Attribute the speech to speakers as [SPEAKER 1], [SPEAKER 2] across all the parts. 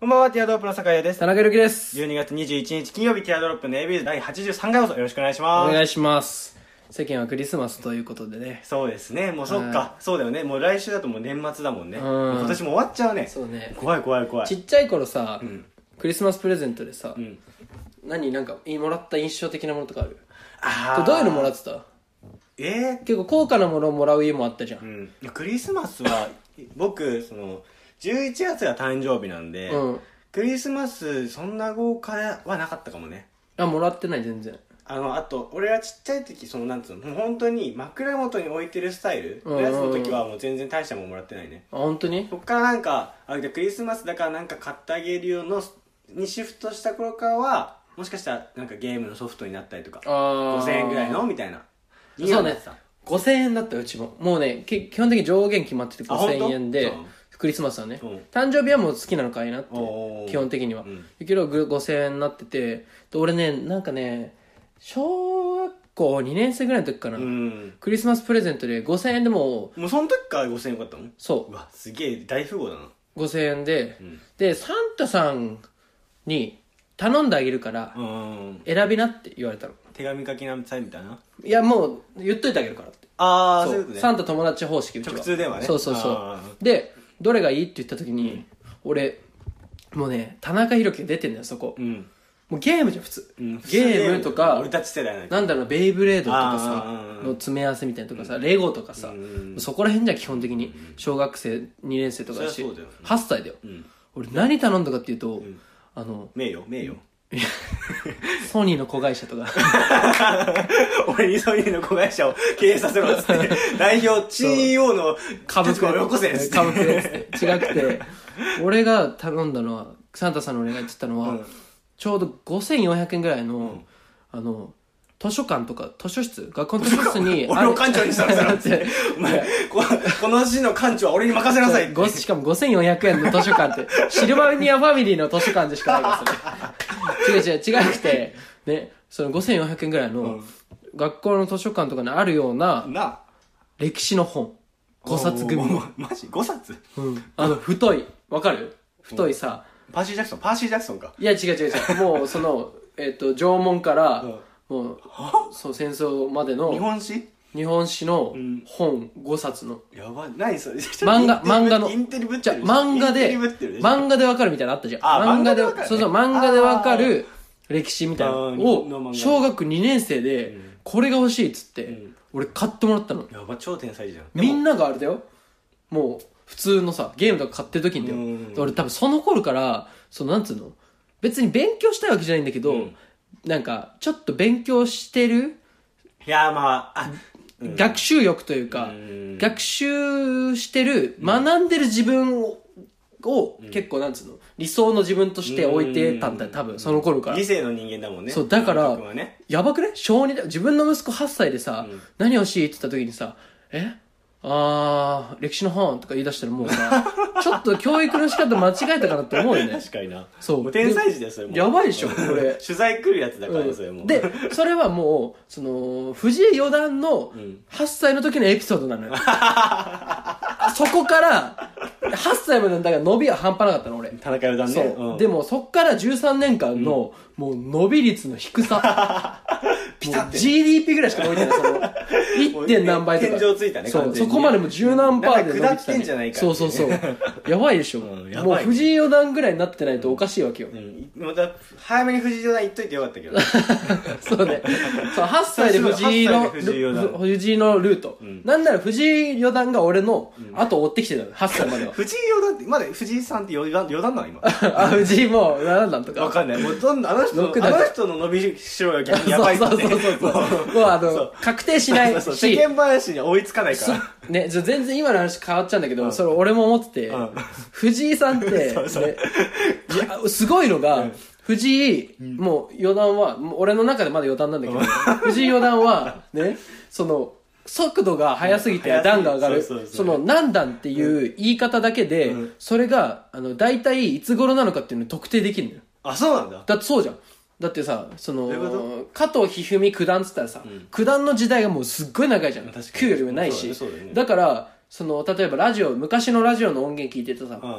[SPEAKER 1] こんばんは、ティアドロップの酒井です
[SPEAKER 2] 田。中裕樹です
[SPEAKER 1] 12月21日金曜日、ティアドロップの AB 第83回放送よろしくお願いし
[SPEAKER 2] お
[SPEAKER 1] ます。
[SPEAKER 2] 願いします世間はクリスマスということでね
[SPEAKER 1] そうですね、もうそっか
[SPEAKER 2] は、
[SPEAKER 1] そうだよね、もう来週だともう年末だもんね。
[SPEAKER 2] うん
[SPEAKER 1] もう今年も終わっちゃうね。
[SPEAKER 2] うね
[SPEAKER 1] 怖い怖い怖い。
[SPEAKER 2] ちっちゃい頃さ、
[SPEAKER 1] うん。
[SPEAKER 2] クリスマスプレゼントでさ、
[SPEAKER 1] うん。
[SPEAKER 2] 何なんかもらった印象的なものとかある
[SPEAKER 1] あ
[SPEAKER 2] どういうのもら
[SPEAKER 1] う
[SPEAKER 2] ってた
[SPEAKER 1] え
[SPEAKER 2] 結構高価なものをもらう家もあったじゃ
[SPEAKER 1] ー、うんん。クリスマスは、 僕、その、11月が誕生日なんで、
[SPEAKER 2] うん
[SPEAKER 1] クリスマス、そんな豪華はなかったかもね。
[SPEAKER 2] あもらってない全然
[SPEAKER 1] あの、あと、俺はちっちゃい時、その、なんつうの、もう本当に枕元に置いてるスタイル
[SPEAKER 2] うん
[SPEAKER 1] のやつの時はもう全然大したもんもらってないね。
[SPEAKER 2] あ本当に
[SPEAKER 1] そっからなんか、あ、じゃあクリスマスだからなんか買ってあげるよの、にシフトした頃からは、もしかしたらなんかゲームのソフトになったりとか、
[SPEAKER 2] ああ
[SPEAKER 1] 5000円ぐらいのみたいな。
[SPEAKER 2] そう
[SPEAKER 1] いい
[SPEAKER 2] ね
[SPEAKER 1] のさ
[SPEAKER 2] 5000円だったうちももうねけ基本的に上限決まってて
[SPEAKER 1] あ本当
[SPEAKER 2] 5000円で
[SPEAKER 1] うん
[SPEAKER 2] クリスマスはね、
[SPEAKER 1] うん
[SPEAKER 2] 誕生日はもう好きなの買いなって
[SPEAKER 1] おー
[SPEAKER 2] 基本的には、
[SPEAKER 1] うん
[SPEAKER 2] だけどぐ5000円になっててで俺ねなんかね小学校2年生ぐらいの時かな、
[SPEAKER 1] うん。
[SPEAKER 2] クリスマスプレゼントで5000円でもう
[SPEAKER 1] もうその時から5000円よかったの
[SPEAKER 2] そう
[SPEAKER 1] わ、すげえ大富豪だな。
[SPEAKER 2] う5000円で、
[SPEAKER 1] うん。
[SPEAKER 2] でサンタさんに頼んであげるから
[SPEAKER 1] うん。
[SPEAKER 2] 選びなって言われたの
[SPEAKER 1] 手紙書きなさいみたいな。
[SPEAKER 2] いやもう言っといてあげるからって
[SPEAKER 1] あー、そう
[SPEAKER 2] そ
[SPEAKER 1] いう
[SPEAKER 2] う
[SPEAKER 1] ことね。
[SPEAKER 2] サンタ友達方式うちは
[SPEAKER 1] 直通電話ね
[SPEAKER 2] そうそうそ
[SPEAKER 1] あ
[SPEAKER 2] うでどれがいいって言った時に、俺もうね田中裕樹が出てんだよそこ、
[SPEAKER 1] うん。
[SPEAKER 2] もうゲームじゃん普通、
[SPEAKER 1] うん
[SPEAKER 2] ゲームとか
[SPEAKER 1] 俺たち世代なんだ
[SPEAKER 2] なんだろうベイブレードとか
[SPEAKER 1] あーうん
[SPEAKER 2] さ
[SPEAKER 1] うんうん
[SPEAKER 2] の詰め合わせみたいなとかさ、レゴとかさ、
[SPEAKER 1] うん
[SPEAKER 2] そこら辺じゃ基本的に小学生2年生とかだし
[SPEAKER 1] そりゃそうだよ
[SPEAKER 2] 8歳だよ、
[SPEAKER 1] ん
[SPEAKER 2] 俺何頼んだかっていうと、あの
[SPEAKER 1] 名誉名誉
[SPEAKER 2] ソニーの子会社とか
[SPEAKER 1] 俺にソニーの子会社を経営させろっつって 代表 CEO の
[SPEAKER 2] 株
[SPEAKER 1] 立場をよこせっつって
[SPEAKER 2] 株くれっつって違 くて俺が頼んだのはサンタさんのお願いって言ったのは、
[SPEAKER 1] うん
[SPEAKER 2] ちょうど5400円ぐらいの、あの図書館とか図書室学校の図書室に
[SPEAKER 1] 俺を館長にしたらさお
[SPEAKER 2] いや
[SPEAKER 1] 前ここの市の館長は俺に任せなさい
[SPEAKER 2] ごしかも5400円の図書 館って、シルバニアファミリーの図書館でしかないから、それ。違う違 う、違くて、ね、その5400円ぐらいの、学校の図書館とかにあるような
[SPEAKER 1] な
[SPEAKER 2] 歴史の本。5冊組
[SPEAKER 1] お
[SPEAKER 2] の。
[SPEAKER 1] ーマジ5冊
[SPEAKER 2] うん。あの、太い。わかる太いさ。
[SPEAKER 1] パーシー・ジャクソンパーシー・ジャクソンか
[SPEAKER 2] いや、違う違う違う。もう、その、 えっと、縄文から
[SPEAKER 1] うん、
[SPEAKER 2] もう、そう、戦争まで
[SPEAKER 1] 日
[SPEAKER 2] の、
[SPEAKER 1] 本史
[SPEAKER 2] 日本史の
[SPEAKER 1] ん
[SPEAKER 2] 本5冊の。
[SPEAKER 1] やばい何それ
[SPEAKER 2] 漫画、漫画の。
[SPEAKER 1] インテリぶって
[SPEAKER 2] じゃあ
[SPEAKER 1] る
[SPEAKER 2] 漫画
[SPEAKER 1] イ
[SPEAKER 2] で、
[SPEAKER 1] ンテリぶってるでしょ
[SPEAKER 2] 漫画でわかるみたいなのあったじゃん。
[SPEAKER 1] あ
[SPEAKER 2] 漫画
[SPEAKER 1] 漫画で
[SPEAKER 2] で、
[SPEAKER 1] わかるね
[SPEAKER 2] そうそう、漫画でわかる歴史みたいなの
[SPEAKER 1] あー日本の漫
[SPEAKER 2] を、
[SPEAKER 1] 画
[SPEAKER 2] 小学2年生で、これが欲しいっつって、
[SPEAKER 1] ん
[SPEAKER 2] 俺買ってもらったの。
[SPEAKER 1] やば超天才じゃん
[SPEAKER 2] みんながあれだよ。もう、普通のさ、ゲームとか買ってる時にだ
[SPEAKER 1] う
[SPEAKER 2] よ
[SPEAKER 1] ん。
[SPEAKER 2] で俺多分その頃から、そのなんつうの別に勉強したいわけじゃないんだけど、
[SPEAKER 1] うん
[SPEAKER 2] なんか、ちょっと勉強してる、
[SPEAKER 1] いやまああうん
[SPEAKER 2] 学習欲というか、
[SPEAKER 1] うん
[SPEAKER 2] 学習してる、学んでる自分を、を結構なんつうの、理想の自分として置いてたんだよ、多分、その頃から
[SPEAKER 1] 理。性の人間だもんね
[SPEAKER 2] そう、だから、
[SPEAKER 1] 感覚はね
[SPEAKER 2] やばくね小二だよ自分の息子8歳でさ、何欲しいって言った時にさ、えあー、歴史の本とか言い出したらもうさ、 ちょっと教育の仕方間違えたかなって思うよね。
[SPEAKER 1] 確かにな
[SPEAKER 2] そう
[SPEAKER 1] も天才児だよそれもう
[SPEAKER 2] やばいでしょ、これ。
[SPEAKER 1] 取材来るやつだからねそれ
[SPEAKER 2] う
[SPEAKER 1] も
[SPEAKER 2] んで、それはもう、その、藤井四段の
[SPEAKER 1] ん
[SPEAKER 2] 8歳の時のエピソードな のよ。そこから、8歳までの、だから伸びは半端なかったの、俺。
[SPEAKER 1] 田中四段ね
[SPEAKER 2] そう。
[SPEAKER 1] ん
[SPEAKER 2] でも、そっから13年間の、もう伸び率の低さ。
[SPEAKER 1] ピタッ
[SPEAKER 2] もう
[SPEAKER 1] て
[SPEAKER 2] GDP ぐらいしか伸びてない、そ の、1. 点何倍とか。
[SPEAKER 1] 天井ついたね
[SPEAKER 2] そ
[SPEAKER 1] 完
[SPEAKER 2] う、
[SPEAKER 1] 全
[SPEAKER 2] そ
[SPEAKER 1] に
[SPEAKER 2] こまでもう十何パーで伸びて
[SPEAKER 1] な
[SPEAKER 2] た、
[SPEAKER 1] んか下ってんじゃないかってい
[SPEAKER 2] そうう
[SPEAKER 1] ね
[SPEAKER 2] そうそ う。やばいでしょ。
[SPEAKER 1] んや
[SPEAKER 2] もう
[SPEAKER 1] ばいね
[SPEAKER 2] 藤井四段ぐらいになってないとおかしいわけよ。
[SPEAKER 1] うんまた早めに藤井四段言っといてよかったけど
[SPEAKER 2] そうね。そう、8歳で藤井の、
[SPEAKER 1] 8歳で藤井四段
[SPEAKER 2] ふ藤井のルート。なんなら藤井四段が俺の後を追ってきてたの、8歳までは。
[SPEAKER 1] 藤井四段ってまだ藤井さんって四段四段なの今
[SPEAKER 2] あ、藤井もう7段と
[SPEAKER 1] わ
[SPEAKER 2] か。
[SPEAKER 1] かんないもうどんどんあの人
[SPEAKER 2] 六
[SPEAKER 1] あ
[SPEAKER 2] 段
[SPEAKER 1] の人の伸びしろが逆にやばいって
[SPEAKER 2] そうそうそうそう。もうあの、確定しない
[SPEAKER 1] そうそう
[SPEAKER 2] し
[SPEAKER 1] 世、間話には追いつかないから
[SPEAKER 2] ね、じゃあ全然今の話変わっちゃうんだけど、それ俺も思ってて
[SPEAKER 1] ん、
[SPEAKER 2] 藤井さんって、ね
[SPEAKER 1] そうそう
[SPEAKER 2] いやすごいのが、藤井、もう四段は、もう俺の中でまだ四段なんだけど、 藤井四段は、ね、その、速度が速すぎて
[SPEAKER 1] うん
[SPEAKER 2] 段が上がる。
[SPEAKER 1] そうそうそう
[SPEAKER 2] その何段っていう言い方だけで、それが、あの、大体いつ頃なのかっていうのを特定できるのよ。
[SPEAKER 1] あそうなんだ
[SPEAKER 2] だってそうじゃん。だってさ、その
[SPEAKER 1] どういう
[SPEAKER 2] 加藤一二三九段っつったらさ、九段の時代がもうすっごい長いじゃん。
[SPEAKER 1] 確かに
[SPEAKER 2] 9よりもないし。
[SPEAKER 1] そうだねそうだよね
[SPEAKER 2] から、その、例えばラジオ、昔のラジオの音源聞いててさ、
[SPEAKER 1] うん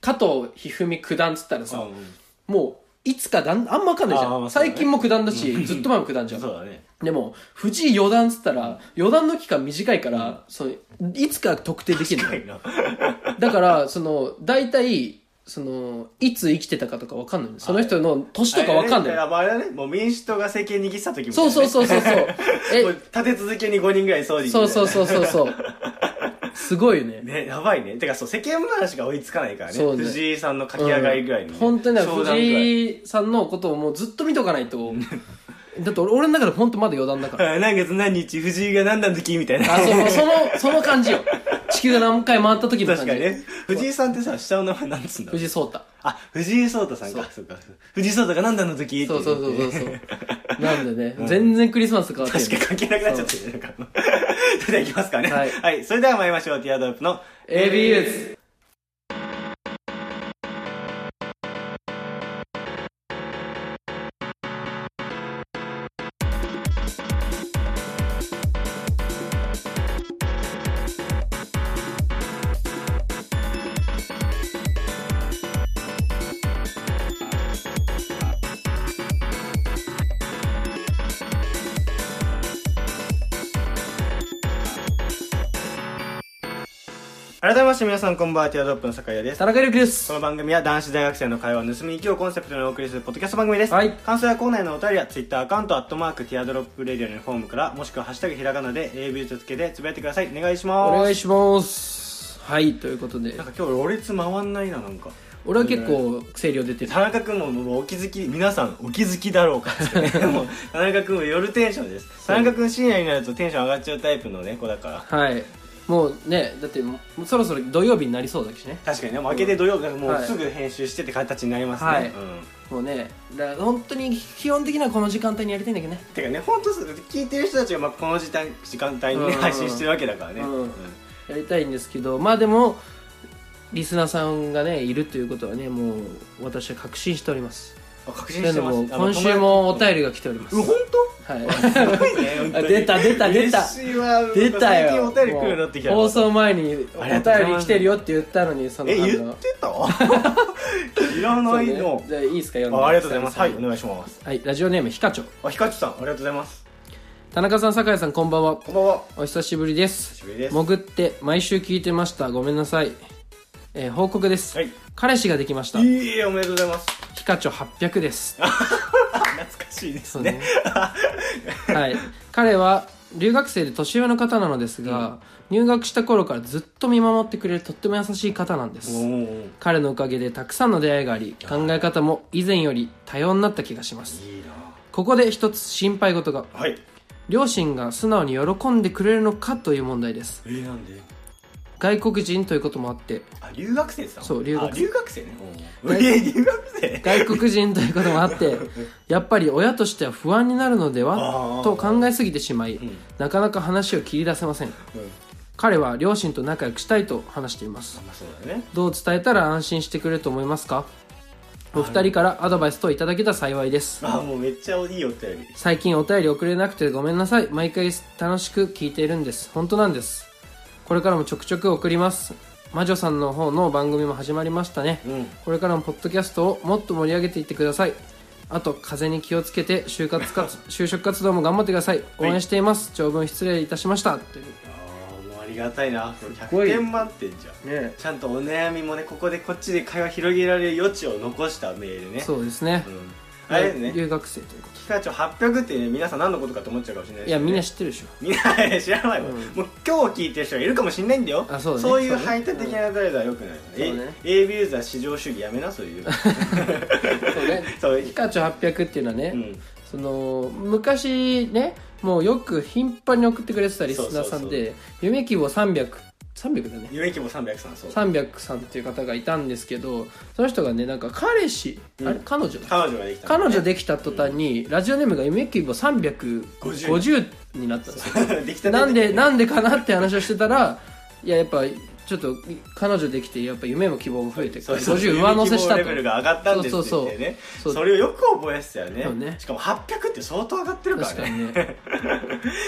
[SPEAKER 2] 加藤一二三九段っつったらさ、
[SPEAKER 1] う
[SPEAKER 2] もう、いつかだん、あんまわかんないじゃ
[SPEAKER 1] あーま
[SPEAKER 2] ん。
[SPEAKER 1] あそうだね
[SPEAKER 2] 最近も九段だし、ずっと前も九段じゃ
[SPEAKER 1] ん
[SPEAKER 2] ん。
[SPEAKER 1] そうだね
[SPEAKER 2] でも、藤井四段っつったら、四段の期間短いから、そのいつか特定できるのよ。だから、その、大体、その、いつ生きてたかとかわかんないのその人の年とかわかんないの。
[SPEAKER 1] ああれだねもう民主党が政権握った時みたいな
[SPEAKER 2] そう
[SPEAKER 1] ね
[SPEAKER 2] そうそうそうそう。
[SPEAKER 1] もう
[SPEAKER 2] え、
[SPEAKER 1] 立て続けに5人ぐらい掃除
[SPEAKER 2] そうそうそうそうそう。すごいよね。
[SPEAKER 1] ねやばいねてかそう世間話が追いつかないからね
[SPEAKER 2] そうね
[SPEAKER 1] 藤井さんの駆け上がりぐらいのね、
[SPEAKER 2] 本当にだから
[SPEAKER 1] 商談ぐらい
[SPEAKER 2] 藤井さんのことをもうずっと見とかないと。だって俺俺の中で本当まだ余談だから。
[SPEAKER 1] あ 何月何日藤井が何段の時みたいな
[SPEAKER 2] あ、そう、その、その感じよ。地球が何回回った時の感
[SPEAKER 1] 確
[SPEAKER 2] じ。
[SPEAKER 1] かにね藤井さんってさ下の名前なんつうんだろう
[SPEAKER 2] 藤井聡太。
[SPEAKER 1] あ藤井聡太さんかそうか藤井聡太が何段の時
[SPEAKER 2] そうそうそうそう
[SPEAKER 1] ってい
[SPEAKER 2] そう。なんでね、全然クリスマスと変わってる
[SPEAKER 1] 確かに関係なくなっちゃってるねなんかそれではいきますかね
[SPEAKER 2] はい
[SPEAKER 1] はい、それでは参りましょうティアドロップの
[SPEAKER 2] AB ユース
[SPEAKER 1] 改めまして皆さんこんばんはティアドロップの酒屋です
[SPEAKER 2] 田中裕樹です
[SPEAKER 1] こ。の番組は男子大学生の会話を盗み行きをコンセプトにお送りするポッドキャスト番組です、
[SPEAKER 2] はい
[SPEAKER 1] 感想やコーナーへのお便りは Twitter アカウント「アットマークティアドロップレディオ」のフォームからもしくは「ハッシュタグひらがな」で AB とつけてつぶやいてくださいお願いし
[SPEAKER 2] お
[SPEAKER 1] ます
[SPEAKER 2] 願いします。はい、ということで
[SPEAKER 1] な、んか今日ろれつ回んないななんか
[SPEAKER 2] 俺は結構声量出てる。
[SPEAKER 1] 田中君ももうお気づき皆さんお気づきだろうかってねもう田中君も夜テンション です田中君深夜になるとテンション上がっちゃうタイプのね子だから
[SPEAKER 2] はい。もうね、だってもうそろそろ土曜日になりそうだしね。
[SPEAKER 1] 確かにね負けて土曜日なんかも
[SPEAKER 2] は
[SPEAKER 1] う
[SPEAKER 2] い
[SPEAKER 1] すぐ編集してって形になりますね、
[SPEAKER 2] はい
[SPEAKER 1] うん
[SPEAKER 2] もうね、だから本当に基本的にはこの時間帯にやりたいんだけどね。
[SPEAKER 1] てかね本当聞いてる人たちがまあこの時間時間帯に
[SPEAKER 2] うん
[SPEAKER 1] ね配信してるわけだからね、
[SPEAKER 2] うん
[SPEAKER 1] うん
[SPEAKER 2] やりたいんですけど、まあでも、リスナーさんがね、いるということはね、もう私は確信しております。
[SPEAKER 1] あ確
[SPEAKER 2] と
[SPEAKER 1] 信
[SPEAKER 2] い
[SPEAKER 1] し
[SPEAKER 2] う
[SPEAKER 1] て
[SPEAKER 2] の
[SPEAKER 1] ま
[SPEAKER 2] も、
[SPEAKER 1] すあの
[SPEAKER 2] 今週もお便りが来ております。
[SPEAKER 1] 友達うん
[SPEAKER 2] はい。
[SPEAKER 1] 本当すごいね本当に
[SPEAKER 2] 出た出た出た
[SPEAKER 1] 嬉しいわなんか
[SPEAKER 2] 出た
[SPEAKER 1] 最近
[SPEAKER 2] よ
[SPEAKER 1] お便り来るようになってきた
[SPEAKER 2] 放送前にお便り
[SPEAKER 1] ありがとうございます
[SPEAKER 2] 来てるよって言ったのにその
[SPEAKER 1] え
[SPEAKER 2] あの
[SPEAKER 1] 言ってた いら
[SPEAKER 2] そ
[SPEAKER 1] な
[SPEAKER 2] う
[SPEAKER 1] い
[SPEAKER 2] ね
[SPEAKER 1] の、
[SPEAKER 2] じゃあいいですか読んで
[SPEAKER 1] あありがとうございます
[SPEAKER 2] 久
[SPEAKER 1] はい
[SPEAKER 2] 々
[SPEAKER 1] お
[SPEAKER 2] に
[SPEAKER 1] 願いします
[SPEAKER 2] はいラジオネームひかちょ
[SPEAKER 1] あひかちさんありがとうございます
[SPEAKER 2] 田中さん酒井さんこんばんは
[SPEAKER 1] こんばんは
[SPEAKER 2] お久しぶりです
[SPEAKER 1] 久しぶりです
[SPEAKER 2] 潜って毎週聞いてましたごめんなさい、えー報告です、
[SPEAKER 1] はい
[SPEAKER 2] 彼氏ができました
[SPEAKER 1] いいえおめでとうございます
[SPEAKER 2] ひかちょ800です
[SPEAKER 1] 懐かしいですね
[SPEAKER 2] はい、彼は留学生で年上の方なのですが、入学した頃からずっと見守ってくれるとっても優しい方なんで
[SPEAKER 1] お
[SPEAKER 2] す
[SPEAKER 1] ー
[SPEAKER 2] 彼のおかげでたくさんの出会いがあり考え方も以前より多様になった気がします
[SPEAKER 1] いいな
[SPEAKER 2] ここで一つ心配事が
[SPEAKER 1] はい
[SPEAKER 2] 両親が素直に喜んでくれるのかという問題です
[SPEAKER 1] えーなんで
[SPEAKER 2] 外国人ということもあって
[SPEAKER 1] あ留学生さん
[SPEAKER 2] そう留学生
[SPEAKER 1] あ留学生ねうんえー留学生
[SPEAKER 2] 外国人ということも あってやっぱり親としては不安になるので
[SPEAKER 1] あ
[SPEAKER 2] は
[SPEAKER 1] ー
[SPEAKER 2] と考えすぎてしまい、
[SPEAKER 1] ん
[SPEAKER 2] なかなか話を切り出せません
[SPEAKER 1] うん
[SPEAKER 2] 彼は両親と仲良くしたいと話しています
[SPEAKER 1] まあそうだよね
[SPEAKER 2] どう伝えたら安心してくれると思いますかお二人からアドバイスといただけたら幸いです
[SPEAKER 1] あもうめっちゃいいお便り
[SPEAKER 2] 最近お便り送れなくてごめんなさい毎回楽しく聞いているんです本当なんですこれからもちょくちょく送ります魔女さんの方の番組も始まりましたね、
[SPEAKER 1] うん
[SPEAKER 2] これからもポッドキャストをもっと盛り上げていってくださいあと風邪に気をつけて就 活活就職活動も頑張ってください応援しています長文失礼いたしましたという
[SPEAKER 1] ああもうありがたいな
[SPEAKER 2] ご
[SPEAKER 1] 100
[SPEAKER 2] い
[SPEAKER 1] 点満点じゃん
[SPEAKER 2] ね
[SPEAKER 1] ちゃんとお悩みもねここでこっちで会話広げられる余地を残したメールねう、
[SPEAKER 2] そうですね、
[SPEAKER 1] ん、あれですね
[SPEAKER 2] 留学生ということ
[SPEAKER 1] ピカチュウ800って、ね、皆さん何のことかと思っちゃうかもしれない
[SPEAKER 2] いやみんな
[SPEAKER 1] 知
[SPEAKER 2] 知ってるでしょ
[SPEAKER 1] みんな知らないわ、
[SPEAKER 2] うん
[SPEAKER 1] もう今日聞いてる人がいるかもしれないんだよ
[SPEAKER 2] あそうだね
[SPEAKER 1] いう
[SPEAKER 2] そうね
[SPEAKER 1] 排他的な態度はよくない、
[SPEAKER 2] そうね
[SPEAKER 1] え AB ユーザー至上主義やめなそういう
[SPEAKER 2] そうね
[SPEAKER 1] そう
[SPEAKER 2] ピカチュウ800っていうのはね、
[SPEAKER 1] うん
[SPEAKER 2] その昔ねもうよく頻繁に送ってくれてたリスナーさんで夢希望300300だね
[SPEAKER 1] 夢規模300さんそう
[SPEAKER 2] 300さんっていう方がいたんですけどその人がねなんか彼氏、
[SPEAKER 1] うん
[SPEAKER 2] あれ彼女だ
[SPEAKER 1] 彼女ができた
[SPEAKER 2] 彼女
[SPEAKER 1] で
[SPEAKER 2] できた途端に、ラジオネームが夢希望350になったんですよ
[SPEAKER 1] できた
[SPEAKER 2] なんで
[SPEAKER 1] ん
[SPEAKER 2] なんでかなって話をしてたらいややっぱちょっと彼女できてやっぱ夢も希望も増えて
[SPEAKER 1] そうそう
[SPEAKER 2] 50上乗せした
[SPEAKER 1] 夢規模レ
[SPEAKER 2] と
[SPEAKER 1] ベルが上がったんですって言ってねそ
[SPEAKER 2] そうそうそうそう
[SPEAKER 1] れをよく覚えてたよね
[SPEAKER 2] そうね
[SPEAKER 1] しかも800って相当上がってるから
[SPEAKER 2] 確か
[SPEAKER 1] ね
[SPEAKER 2] にね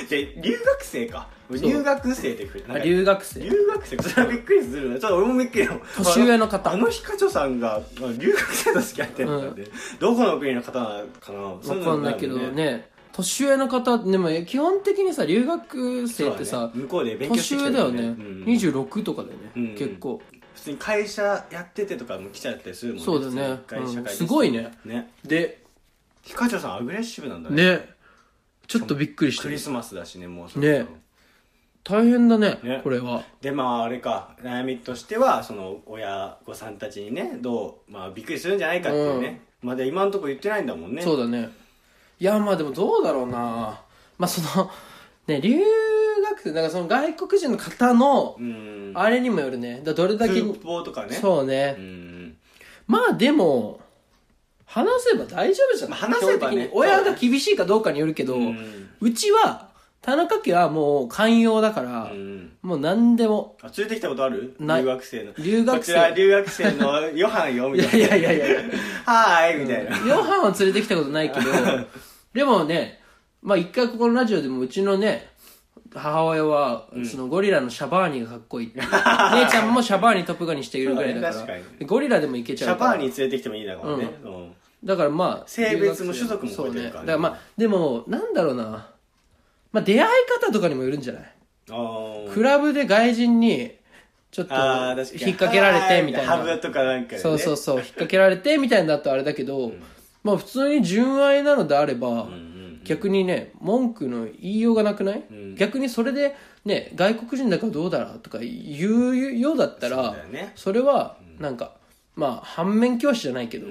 [SPEAKER 1] で留学生か俺留学生でくれ
[SPEAKER 2] あ留学生
[SPEAKER 1] 留学生それはびっくりするなちょっと俺もびっくりだもん
[SPEAKER 2] 年上の方
[SPEAKER 1] あのあのヒカチョさんがあ留学生と付き合ってるんだって、どこの国の方なのかなそう
[SPEAKER 2] 分
[SPEAKER 1] う
[SPEAKER 2] か
[SPEAKER 1] の
[SPEAKER 2] んないけど
[SPEAKER 1] も
[SPEAKER 2] ね年上の方でも基本的にさ留学生って
[SPEAKER 1] そうだ
[SPEAKER 2] さ
[SPEAKER 1] ね向こうで勉強して
[SPEAKER 2] 年
[SPEAKER 1] きて
[SPEAKER 2] 上
[SPEAKER 1] る
[SPEAKER 2] だ
[SPEAKER 1] から
[SPEAKER 2] よね、
[SPEAKER 1] うん
[SPEAKER 2] 26とかだよ
[SPEAKER 1] うん
[SPEAKER 2] ね、結構
[SPEAKER 1] 普通に会社やっててとかも来ちゃったりするもん
[SPEAKER 2] そうだね
[SPEAKER 1] 普通に会社
[SPEAKER 2] うん
[SPEAKER 1] 会社
[SPEAKER 2] すごいね
[SPEAKER 1] ね
[SPEAKER 2] で
[SPEAKER 1] ヒカチョさんアグレッシブなんだね
[SPEAKER 2] ねちょっとびっくりして
[SPEAKER 1] ク
[SPEAKER 2] る
[SPEAKER 1] リスマスだしねもうそろそろ
[SPEAKER 2] ね大変だね
[SPEAKER 1] ね
[SPEAKER 2] これは
[SPEAKER 1] でまああれか悩みとしてはその親御さんたちにねどう、まあ、びっくりするんじゃないかっていうね、まだ今のところ言ってないんだもんね
[SPEAKER 2] そうだねいやまあでもどうだろうなまあそのね留学生なんかその外国人の方の
[SPEAKER 1] うん
[SPEAKER 2] あれにもよるねだからどれだけ
[SPEAKER 1] 通報とかね
[SPEAKER 2] そうね、
[SPEAKER 1] うん
[SPEAKER 2] まあでも話せば大丈夫じゃない、
[SPEAKER 1] まあ話せばね
[SPEAKER 2] 基本的に親が厳しいかどうかによるけど、う
[SPEAKER 1] うん
[SPEAKER 2] ちは田中家はもう寛容だから、
[SPEAKER 1] うん
[SPEAKER 2] もう何でも
[SPEAKER 1] あ連れてきたことある
[SPEAKER 2] ない
[SPEAKER 1] 留学生の
[SPEAKER 2] 留学生
[SPEAKER 1] こちら留学生のヨハンよ
[SPEAKER 2] い
[SPEAKER 1] み
[SPEAKER 2] や
[SPEAKER 1] たい
[SPEAKER 2] い
[SPEAKER 1] な
[SPEAKER 2] やいやいや
[SPEAKER 1] はーいみたいな、
[SPEAKER 2] ヨハンは連れてきたことな いけどでもねまあ一回ここのラジオでもうちのね母親はそのゴリラのシャバーニがかっこいいって 姉ちゃんもシャバーニトップガンにしているぐらいだから
[SPEAKER 1] そうだね確かに
[SPEAKER 2] でゴリラでもいけち
[SPEAKER 1] シ
[SPEAKER 2] ゃ
[SPEAKER 1] ャ
[SPEAKER 2] うから
[SPEAKER 1] バーに連れてきてもいいだからね、うん
[SPEAKER 2] だからまあ
[SPEAKER 1] 性別も種族も
[SPEAKER 2] そ
[SPEAKER 1] 超え
[SPEAKER 2] う
[SPEAKER 1] て
[SPEAKER 2] ね
[SPEAKER 1] る
[SPEAKER 2] だ
[SPEAKER 1] からね
[SPEAKER 2] からまあでもなんだろうなまあ出会い方とかにもよるんじゃない
[SPEAKER 1] あー
[SPEAKER 2] クラブで外人にちょっと
[SPEAKER 1] あー確かに
[SPEAKER 2] 引っ掛けられてみたいな
[SPEAKER 1] はーハブとかなんかでね
[SPEAKER 2] そうそうそう引っ掛けられてみたいなだとあれだけど、まあ普通に純愛なのであれば、逆にね文句の言いようがなくない、逆にそれで、ね、外国人だからどうだらとか言うようだった
[SPEAKER 1] そ
[SPEAKER 2] ら
[SPEAKER 1] うだよね
[SPEAKER 2] それはなんか、まあ反面教師じゃないけど、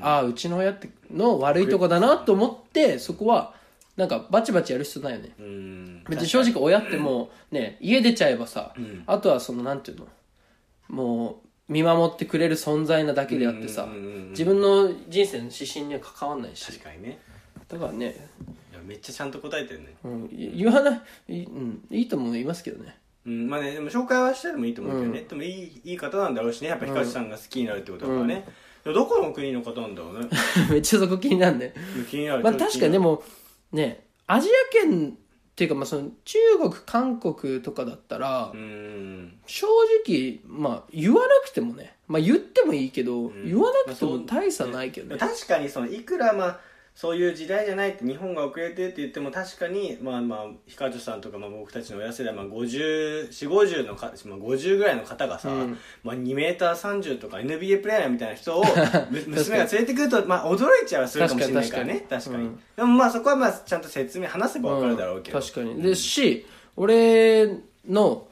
[SPEAKER 2] ああうちの親っての悪いとこだなと思ってそこはなんかバチバチやる必要ないよね、
[SPEAKER 1] うん
[SPEAKER 2] 別に正直親ってもうね家出ちゃえばさ、あとはそのなんていうのもう見守ってくれる存在なだけであってさ、
[SPEAKER 1] うんうんうんうん
[SPEAKER 2] 自分の人生の指針には関わんないし
[SPEAKER 1] 確かにね
[SPEAKER 2] だからね、
[SPEAKER 1] いやめっちゃちゃんと答えてるね
[SPEAKER 2] うん、い言わないい,、うん、いいとも言いますけどね
[SPEAKER 1] うん、まあね、でも紹介はしてでもいいと思うけどね、でもいいいい方なんだろうしねやっぱ光さんが好きになるってことだからね、でもどこの国の方なんだろうね
[SPEAKER 2] めっちゃそこ気になるね
[SPEAKER 1] 気になる
[SPEAKER 2] まあ確かにで
[SPEAKER 1] も
[SPEAKER 2] もねアジア圏っていうかまあその中国韓国とかだったら、
[SPEAKER 1] うん
[SPEAKER 2] 正直まあ言わなくてもねまあ言ってもいいけど、言わなくても大差ないけどね、
[SPEAKER 1] 確かにそのいくらまあそういう時代じゃないって日本が遅れてるって言っても確かにまあまあ光女さんとかまあ僕たちの親世代、まあ、504050のか、まあ、50ぐらいの方がさ、まあ、2m30 とか NBA プレーヤーみたいな人を む娘が連れてくると、まあ、驚いちゃはするかもしれないからね確
[SPEAKER 2] 確
[SPEAKER 1] か
[SPEAKER 2] か
[SPEAKER 1] に
[SPEAKER 2] に
[SPEAKER 1] でもまあそこはまあちゃんと説明話せば分かるだろうけど、
[SPEAKER 2] 確かにですし、俺の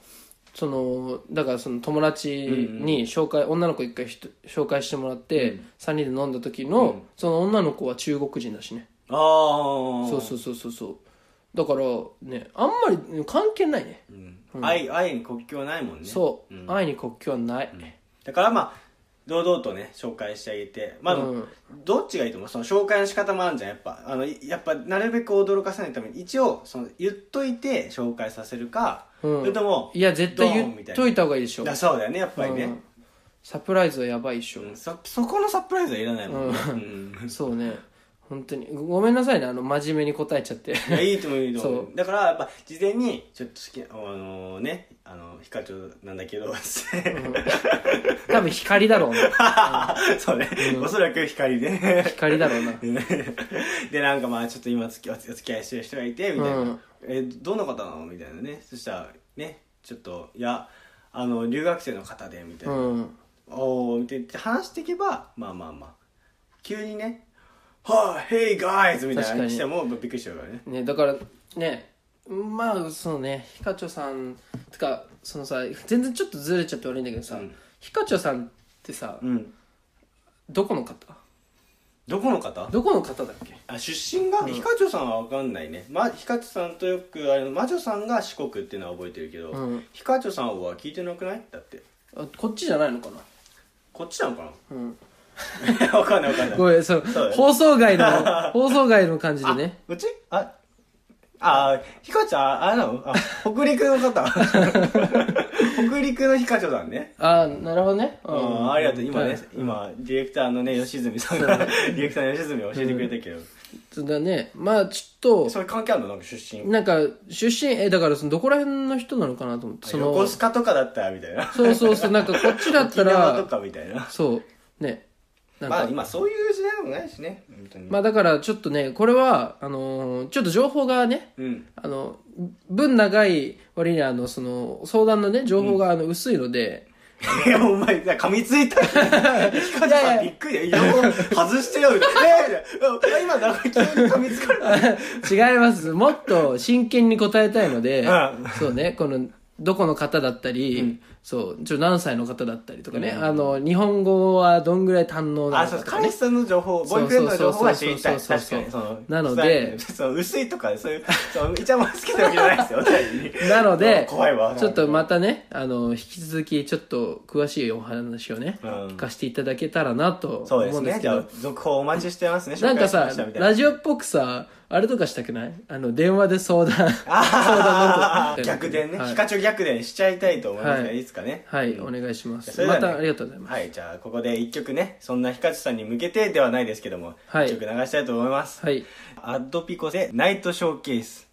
[SPEAKER 2] そのだからその友達に紹介、女の子一回ひと紹介してもらって、三3人で飲んだ時の、その女の子は中国人だしね
[SPEAKER 1] ああ
[SPEAKER 2] そうそうそうそうそうだからねあんまりうん関係ないね、
[SPEAKER 1] 愛愛に国境はないもんね
[SPEAKER 2] そう、愛に国境はない、
[SPEAKER 1] だからまあ堂々とね紹介してあげてまあ、
[SPEAKER 2] うん
[SPEAKER 1] どっちがいいと思うその紹介の仕方もあるじゃんやっぱあのいやっぱなるべく驚かせないために一応その言っといて紹介させるか、
[SPEAKER 2] うん
[SPEAKER 1] それとも
[SPEAKER 2] いや絶対言っとい
[SPEAKER 1] た
[SPEAKER 2] た方がいいでしょ
[SPEAKER 1] だそうだよねやっぱりね、
[SPEAKER 2] サプライズはやばいでしょ、
[SPEAKER 1] そそこのサプライズはいらないもんね、うん
[SPEAKER 2] そうね本当にごごめんなさいねあの真面目に答えちゃって
[SPEAKER 1] いやいいと思ういいと思う
[SPEAKER 2] そ
[SPEAKER 1] だからやっぱ事前にちょっと好きあのねあのヒカチョなんだけど
[SPEAKER 2] 多分光だろうな
[SPEAKER 1] そうね、おそらく光で、ね
[SPEAKER 2] 光だろうな
[SPEAKER 1] でなんかまあちょっと今付きお付き合いしてる人がいてみたいな、
[SPEAKER 2] うん
[SPEAKER 1] えどの方なのみたいなねそしたらねちょっといやあの留学生の方でみたいな、
[SPEAKER 2] うん
[SPEAKER 1] おおみたいな話していけばまあまあまあ急にね「はあ Hey guys!」みたいな
[SPEAKER 2] 確か
[SPEAKER 1] の
[SPEAKER 2] に
[SPEAKER 1] してもびっくりしちゃうからね
[SPEAKER 2] ねだからねまあそうねヒカチョさんてかそのさ全然ちょっとずれちゃって悪いんだけどさ、ヒカチョさんってさ、
[SPEAKER 1] うん
[SPEAKER 2] どこの方
[SPEAKER 1] どこの方
[SPEAKER 2] どこの方だっけ
[SPEAKER 1] あ出身が、ヒカチョさんは分かんないね、ま、ヒカチョさんとよくあの魔女さんが四国っていうのは覚えてるけど、
[SPEAKER 2] うん
[SPEAKER 1] ヒカチョさんは聞いてなくないだって
[SPEAKER 2] あこっちじゃないのかな
[SPEAKER 1] こっちなのかな
[SPEAKER 2] うん
[SPEAKER 1] 分かんない分かん ない
[SPEAKER 2] ごめんその
[SPEAKER 1] そうだね
[SPEAKER 2] 放送外 の放送外の感じでね
[SPEAKER 1] うちあ、あ、ひかちゃん、あれなのあ、北陸の 方。北陸のひかちょさんね。
[SPEAKER 2] ああなるほどねう
[SPEAKER 1] うんん、ありがとう。今
[SPEAKER 2] は
[SPEAKER 1] ね
[SPEAKER 2] い、
[SPEAKER 1] 今、ディレクターのね、吉住さんが、ディレクターの吉住教えてくれたけど。
[SPEAKER 2] そうだね。まあ、ちょっ
[SPEAKER 1] それ関係あるのなんか出
[SPEAKER 2] と、
[SPEAKER 1] 身
[SPEAKER 2] なんか、出身、え、だから、その、どこら辺の人なのかなと思って、そ
[SPEAKER 1] 横
[SPEAKER 2] の、
[SPEAKER 1] 須賀とかだったらみたいな
[SPEAKER 2] そうそうそう、なんか、こっちだった
[SPEAKER 1] 沖縄と
[SPEAKER 2] ら、
[SPEAKER 1] かみたいな
[SPEAKER 2] そう、ね。なん
[SPEAKER 1] まあ
[SPEAKER 2] か、
[SPEAKER 1] 今そういう時代でもないしね本当に
[SPEAKER 2] まあ、だから、ちょっとね、これは、あのーちょっと情報がね、
[SPEAKER 1] うん
[SPEAKER 2] あの、分長い割に、あの、その、相談のね、情報が、あの、薄いので、
[SPEAKER 1] いやお前噛みついたヒカルさんびっくりだよいやもう外してよみたいなえーみたいな今なんか急に噛みつかれた
[SPEAKER 2] 違います。もっと真剣に答えたいので
[SPEAKER 1] うん、
[SPEAKER 2] そうね、この、どこの方だったり、そう、ちょ、何歳の方だったりとかね、あの、日本語はどんぐらい堪能な
[SPEAKER 1] あ
[SPEAKER 2] の
[SPEAKER 1] そう
[SPEAKER 2] かとか
[SPEAKER 1] 彼
[SPEAKER 2] ね
[SPEAKER 1] 氏。さんの情報ボーイフレンドの情報は知りたい
[SPEAKER 2] そう
[SPEAKER 1] 確
[SPEAKER 2] そ
[SPEAKER 1] か
[SPEAKER 2] うそうそう
[SPEAKER 1] にその
[SPEAKER 2] なので
[SPEAKER 1] その薄いとかそういうそのイチャモン好きなわけじゃないですよ確かに
[SPEAKER 2] なので、
[SPEAKER 1] 怖いわ
[SPEAKER 2] ちょっとまたね、あの、引き続きちょっと詳しいお話をね、
[SPEAKER 1] うん
[SPEAKER 2] 聞かせていただけたらなと
[SPEAKER 1] そうで
[SPEAKER 2] 思
[SPEAKER 1] す
[SPEAKER 2] うんで
[SPEAKER 1] ね
[SPEAKER 2] すけ
[SPEAKER 1] じゃあ
[SPEAKER 2] ど、
[SPEAKER 1] 続報お待ちしてますね
[SPEAKER 2] なんか
[SPEAKER 1] 紹介しま
[SPEAKER 2] さ
[SPEAKER 1] したみ、たい
[SPEAKER 2] ラジオっぽくさ、あれとかしたくないあの、電話で相談。
[SPEAKER 1] あ
[SPEAKER 2] そうだそうだ
[SPEAKER 1] 逆転ね、
[SPEAKER 2] はい
[SPEAKER 1] ピカチュウ逆転しちゃいたいと思いますね、、
[SPEAKER 2] はいい
[SPEAKER 1] つかね
[SPEAKER 2] はい、お願いしま
[SPEAKER 1] そ
[SPEAKER 2] す。
[SPEAKER 1] れでは
[SPEAKER 2] ま
[SPEAKER 1] ね
[SPEAKER 2] たありがとうございます。
[SPEAKER 1] はいじゃあここで一曲ねそんなヒカチュウさんに向けてではないですけども、
[SPEAKER 2] はい
[SPEAKER 1] 一曲流したいと思います、
[SPEAKER 2] はい。
[SPEAKER 1] アッドピコでナイトショーケース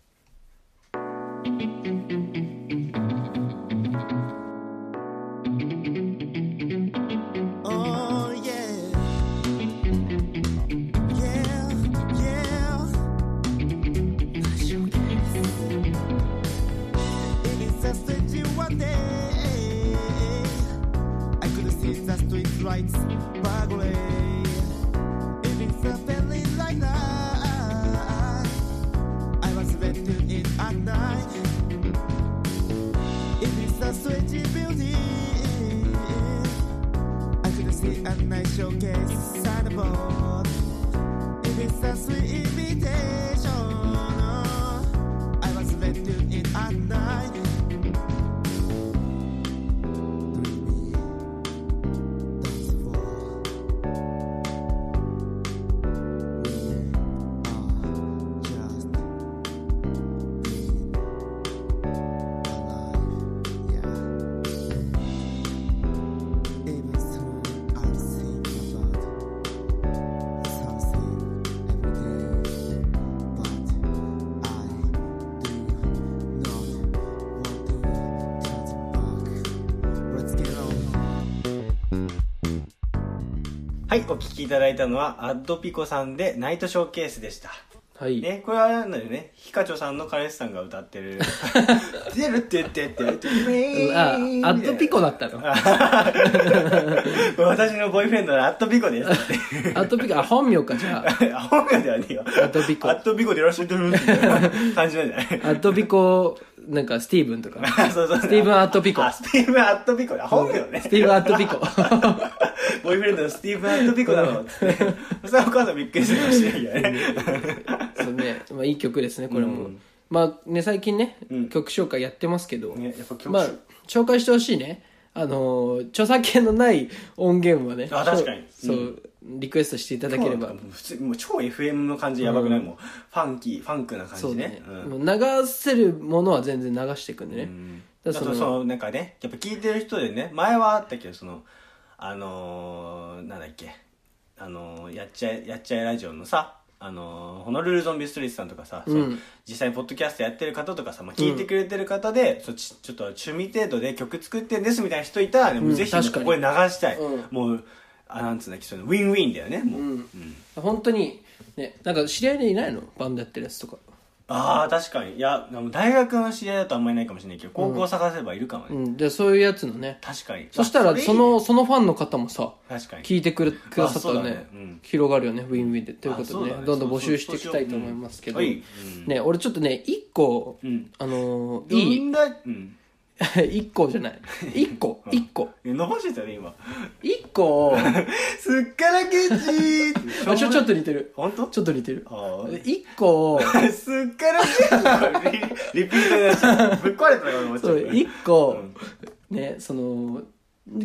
[SPEAKER 3] Rights, Bagley. If it's a family like that, I was ready to it at night. It is a sweaty building. I could see a nice showcase signboard. It is a sweet invitation. I was ready to it at night. Dance floor. We are just Let's get on.
[SPEAKER 1] はいお聴きいただいたのはアッドピコさんでナイトショーケースでした
[SPEAKER 2] はい。
[SPEAKER 1] ね、これはなんだよね、ヒカチョさんの彼氏さんが歌ってる、出るって言ってって、
[SPEAKER 2] うん あ、アットピコだったの。ア
[SPEAKER 1] 私のボーイフレンドのアットピコですっ
[SPEAKER 2] ットピコ、あ、本名か、じゃあ。
[SPEAKER 1] て。あ本名ではねえよ。ア
[SPEAKER 2] ットピコ
[SPEAKER 1] アットピコでいらっしゃいってるみたいな感じなんじゃない
[SPEAKER 2] アットピコ、なんか、スティーブンとか。
[SPEAKER 1] あそうそう
[SPEAKER 2] スティーブンアットピコ
[SPEAKER 1] あ、スティーブンアットピコだ。本名ね
[SPEAKER 2] ス。ティーブンアットピコ。
[SPEAKER 1] ボーイフレンドのスティーブンアットピコだろ。 つってそしたらお母さんびっくりするかもしれないよね。
[SPEAKER 2] そうね、まあ、いい曲ですね、これも。
[SPEAKER 1] うん
[SPEAKER 2] まあね、最近ね、
[SPEAKER 1] うん
[SPEAKER 2] 曲紹介やってますけど、
[SPEAKER 1] ねやっぱ曲紹
[SPEAKER 2] まあ、紹介してほしいね。あのー著作権のない音源はね、
[SPEAKER 1] あ確かに
[SPEAKER 2] そう、リクエストしていただければ。
[SPEAKER 1] 普通もう超 FM の感じやばくないもん。ファンキー、ファンクな感
[SPEAKER 2] そう
[SPEAKER 1] じ
[SPEAKER 2] ね
[SPEAKER 1] ね。うん。
[SPEAKER 2] もう流せるものは全然流していくんでね。
[SPEAKER 1] あ
[SPEAKER 2] だ
[SPEAKER 1] と
[SPEAKER 2] から
[SPEAKER 1] そ
[SPEAKER 2] その
[SPEAKER 1] のなんかねやっぱ聞いてる人でね前はあったけどそのあのー、なんだっけあのー、やっちゃえやっちゃえラジオのさあのーホノルルゾンビストリートさんとかさ、そう
[SPEAKER 2] うん
[SPEAKER 1] 実際にポッドキャストやってる方とかさ、まあ、聞いてくれてる方で、そうちちょっと趣味程度で曲作ってんですみたいな人いたらね、もうぜひね
[SPEAKER 2] 確
[SPEAKER 1] こ
[SPEAKER 2] かに
[SPEAKER 1] こで流したい、
[SPEAKER 2] うん
[SPEAKER 1] もうあなんつうんだっけそういうのウィンウィンだよねもう、
[SPEAKER 2] 本当に、ね、なんか知り合いでいないのバンドやってるやつとか。
[SPEAKER 1] ああ確かにいやでも大学の知り合いだとあんまりいないかもしれないけど高校探せばいるかもね、
[SPEAKER 2] うん、で、そういうやつのね。
[SPEAKER 1] 確かに
[SPEAKER 2] そしたら、
[SPEAKER 1] れいい
[SPEAKER 2] その、そのファンの方もさ、
[SPEAKER 1] 確かに
[SPEAKER 2] 聞いてくれくださった
[SPEAKER 1] あ
[SPEAKER 2] ら
[SPEAKER 1] そうだ
[SPEAKER 2] ね
[SPEAKER 1] ねうん
[SPEAKER 2] 広がるよねウィンウィンでというこ
[SPEAKER 1] そ
[SPEAKER 2] と
[SPEAKER 1] う
[SPEAKER 2] で
[SPEAKER 1] だ
[SPEAKER 2] ね
[SPEAKER 1] ね
[SPEAKER 2] どんどん募集していきたいと思いますけど、
[SPEAKER 1] そうしよううん
[SPEAKER 2] ね、俺ちょっとね一個、
[SPEAKER 1] うん
[SPEAKER 2] あのー
[SPEAKER 1] い
[SPEAKER 2] い
[SPEAKER 1] い
[SPEAKER 2] い
[SPEAKER 1] んだうん
[SPEAKER 2] 一個じゃない一 個一個
[SPEAKER 1] いや伸ばしてたね今
[SPEAKER 2] 一 個
[SPEAKER 1] すっからけんちー
[SPEAKER 2] あちょちょっと似てる
[SPEAKER 1] 本当
[SPEAKER 2] ちょっと似てる
[SPEAKER 1] あ ー
[SPEAKER 2] 一個
[SPEAKER 1] すっからけんちーリ リピートになっちゃうぶっ壊れたのかと思っちゃ
[SPEAKER 2] そうう一個、ねその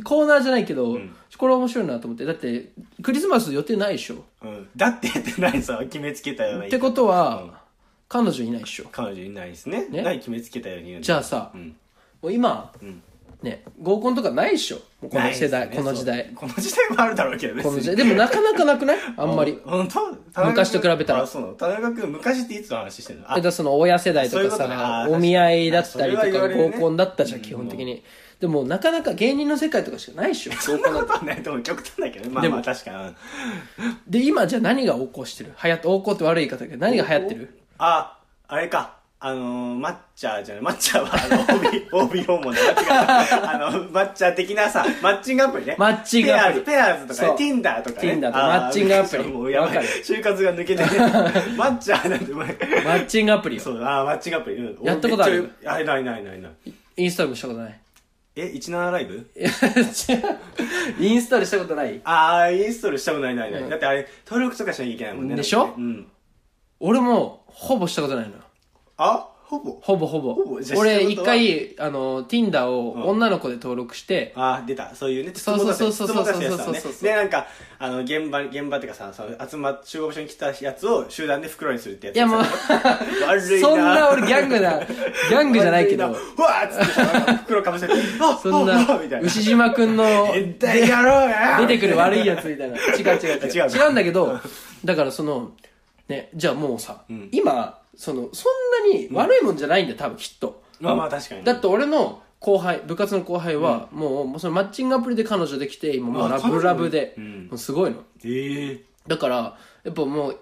[SPEAKER 2] コーナーじゃないけど、
[SPEAKER 1] ん
[SPEAKER 2] これ面白いなと思ってだってクリスマス予定ないでしょ
[SPEAKER 1] うんだってってないさ決めつけたような
[SPEAKER 2] ってことは、彼女いないでしょ
[SPEAKER 1] 彼女いないですね
[SPEAKER 2] ね
[SPEAKER 1] 何決めつけたように言うの
[SPEAKER 2] じゃあさ
[SPEAKER 1] うん
[SPEAKER 2] もう今、
[SPEAKER 1] ん
[SPEAKER 2] ね、合コンとかないっしょ。もうこ
[SPEAKER 1] ない
[SPEAKER 2] の
[SPEAKER 1] です
[SPEAKER 2] 世
[SPEAKER 1] ね
[SPEAKER 2] 代、この時
[SPEAKER 1] そ
[SPEAKER 2] 代
[SPEAKER 1] う。この時代もあるだろうけどね
[SPEAKER 2] この時代。でもなかなかな くないあんまり。
[SPEAKER 1] 本当田中君
[SPEAKER 2] 昔と比べたら
[SPEAKER 1] あそうなの田中君昔っていつの話してんの
[SPEAKER 2] えだからその親世代と
[SPEAKER 1] そうい
[SPEAKER 2] か
[SPEAKER 1] うことねあ
[SPEAKER 2] さ
[SPEAKER 1] ー
[SPEAKER 2] お見合いだったりと
[SPEAKER 1] それは言わ
[SPEAKER 2] か
[SPEAKER 1] れる
[SPEAKER 2] 合
[SPEAKER 1] ね
[SPEAKER 2] コンだったじゃん基本的にでもなかなか芸人の世界とかしかないでしょ
[SPEAKER 1] そんなことはないと思う極端だけどねまあ
[SPEAKER 2] で
[SPEAKER 1] まあ
[SPEAKER 2] も
[SPEAKER 1] 確かに
[SPEAKER 2] で今じゃあ何が横行してる流行って横行って悪い言い方だけど何が流行ってる
[SPEAKER 1] ああれかあのー、マッチャーじゃないマッチャー はあの OB, OB 訪問で間違ったあのマッチャー的なさマッチングアプリね
[SPEAKER 2] マッチングアプリ
[SPEAKER 1] ペアーズペアーズとかね
[SPEAKER 2] そう
[SPEAKER 1] Tinder とかね
[SPEAKER 2] Tinder と
[SPEAKER 1] あー
[SPEAKER 2] マッチングアプリ
[SPEAKER 1] もうやば
[SPEAKER 2] わ
[SPEAKER 1] い
[SPEAKER 2] かる
[SPEAKER 1] 就活が抜けて ねマッチャーなんてうまい
[SPEAKER 2] マッチングアプリよ
[SPEAKER 1] そうあーマッチングアプリ、うん
[SPEAKER 2] やったことある
[SPEAKER 1] めちゃあないないないない
[SPEAKER 2] インストールもしたことない
[SPEAKER 1] え17ライブ
[SPEAKER 2] いや違うインストールしたことない
[SPEAKER 1] ああインストールしたことないないない、
[SPEAKER 2] うん
[SPEAKER 1] だってあれ登録とかしなきゃいけないもんね
[SPEAKER 2] でしょ
[SPEAKER 1] なんかねうん
[SPEAKER 2] 俺もほぼしたことないのよ
[SPEAKER 1] あほぼ
[SPEAKER 2] ほぼほぼ
[SPEAKER 1] ほぼじゃあ
[SPEAKER 2] 俺
[SPEAKER 1] した
[SPEAKER 2] 一
[SPEAKER 1] ことは
[SPEAKER 2] 回あの Tinder を女の子で登録して
[SPEAKER 1] あー出たそういうね
[SPEAKER 2] そうそうそうそうそ
[SPEAKER 1] 筒本
[SPEAKER 2] うそう
[SPEAKER 1] 達也さ
[SPEAKER 2] そ
[SPEAKER 1] ん
[SPEAKER 2] う
[SPEAKER 1] ね
[SPEAKER 2] そう
[SPEAKER 1] でなんかあの現場現場っていうかさその集まっ集合場所に来たやつを集団で袋にするってやつ
[SPEAKER 2] いやもう
[SPEAKER 1] 悪いな
[SPEAKER 2] そんな俺ギャン グなギャングじゃないけど
[SPEAKER 1] 悪いうわーっつってさなんか袋かぶせて あ
[SPEAKER 2] そん
[SPEAKER 1] あ
[SPEAKER 2] な
[SPEAKER 1] あみたいな
[SPEAKER 2] 牛島くんの
[SPEAKER 1] 変態野郎が
[SPEAKER 2] 出てくる悪いやつみたいな違う違う違う
[SPEAKER 1] 違う
[SPEAKER 2] 違うんだけどだからそのねじゃあもうさ、
[SPEAKER 1] ん
[SPEAKER 2] 今そのそんなに悪いもんじゃないんだよ多分きっと、
[SPEAKER 1] まあまあ確かに
[SPEAKER 2] だって俺の後輩部活の後輩は、もうもうそのマッチングアプリで彼女できて今もう
[SPEAKER 1] あ
[SPEAKER 2] ラブラブで、
[SPEAKER 1] 彼女うん
[SPEAKER 2] もうすごいの
[SPEAKER 1] え え
[SPEAKER 2] だからやっぱもう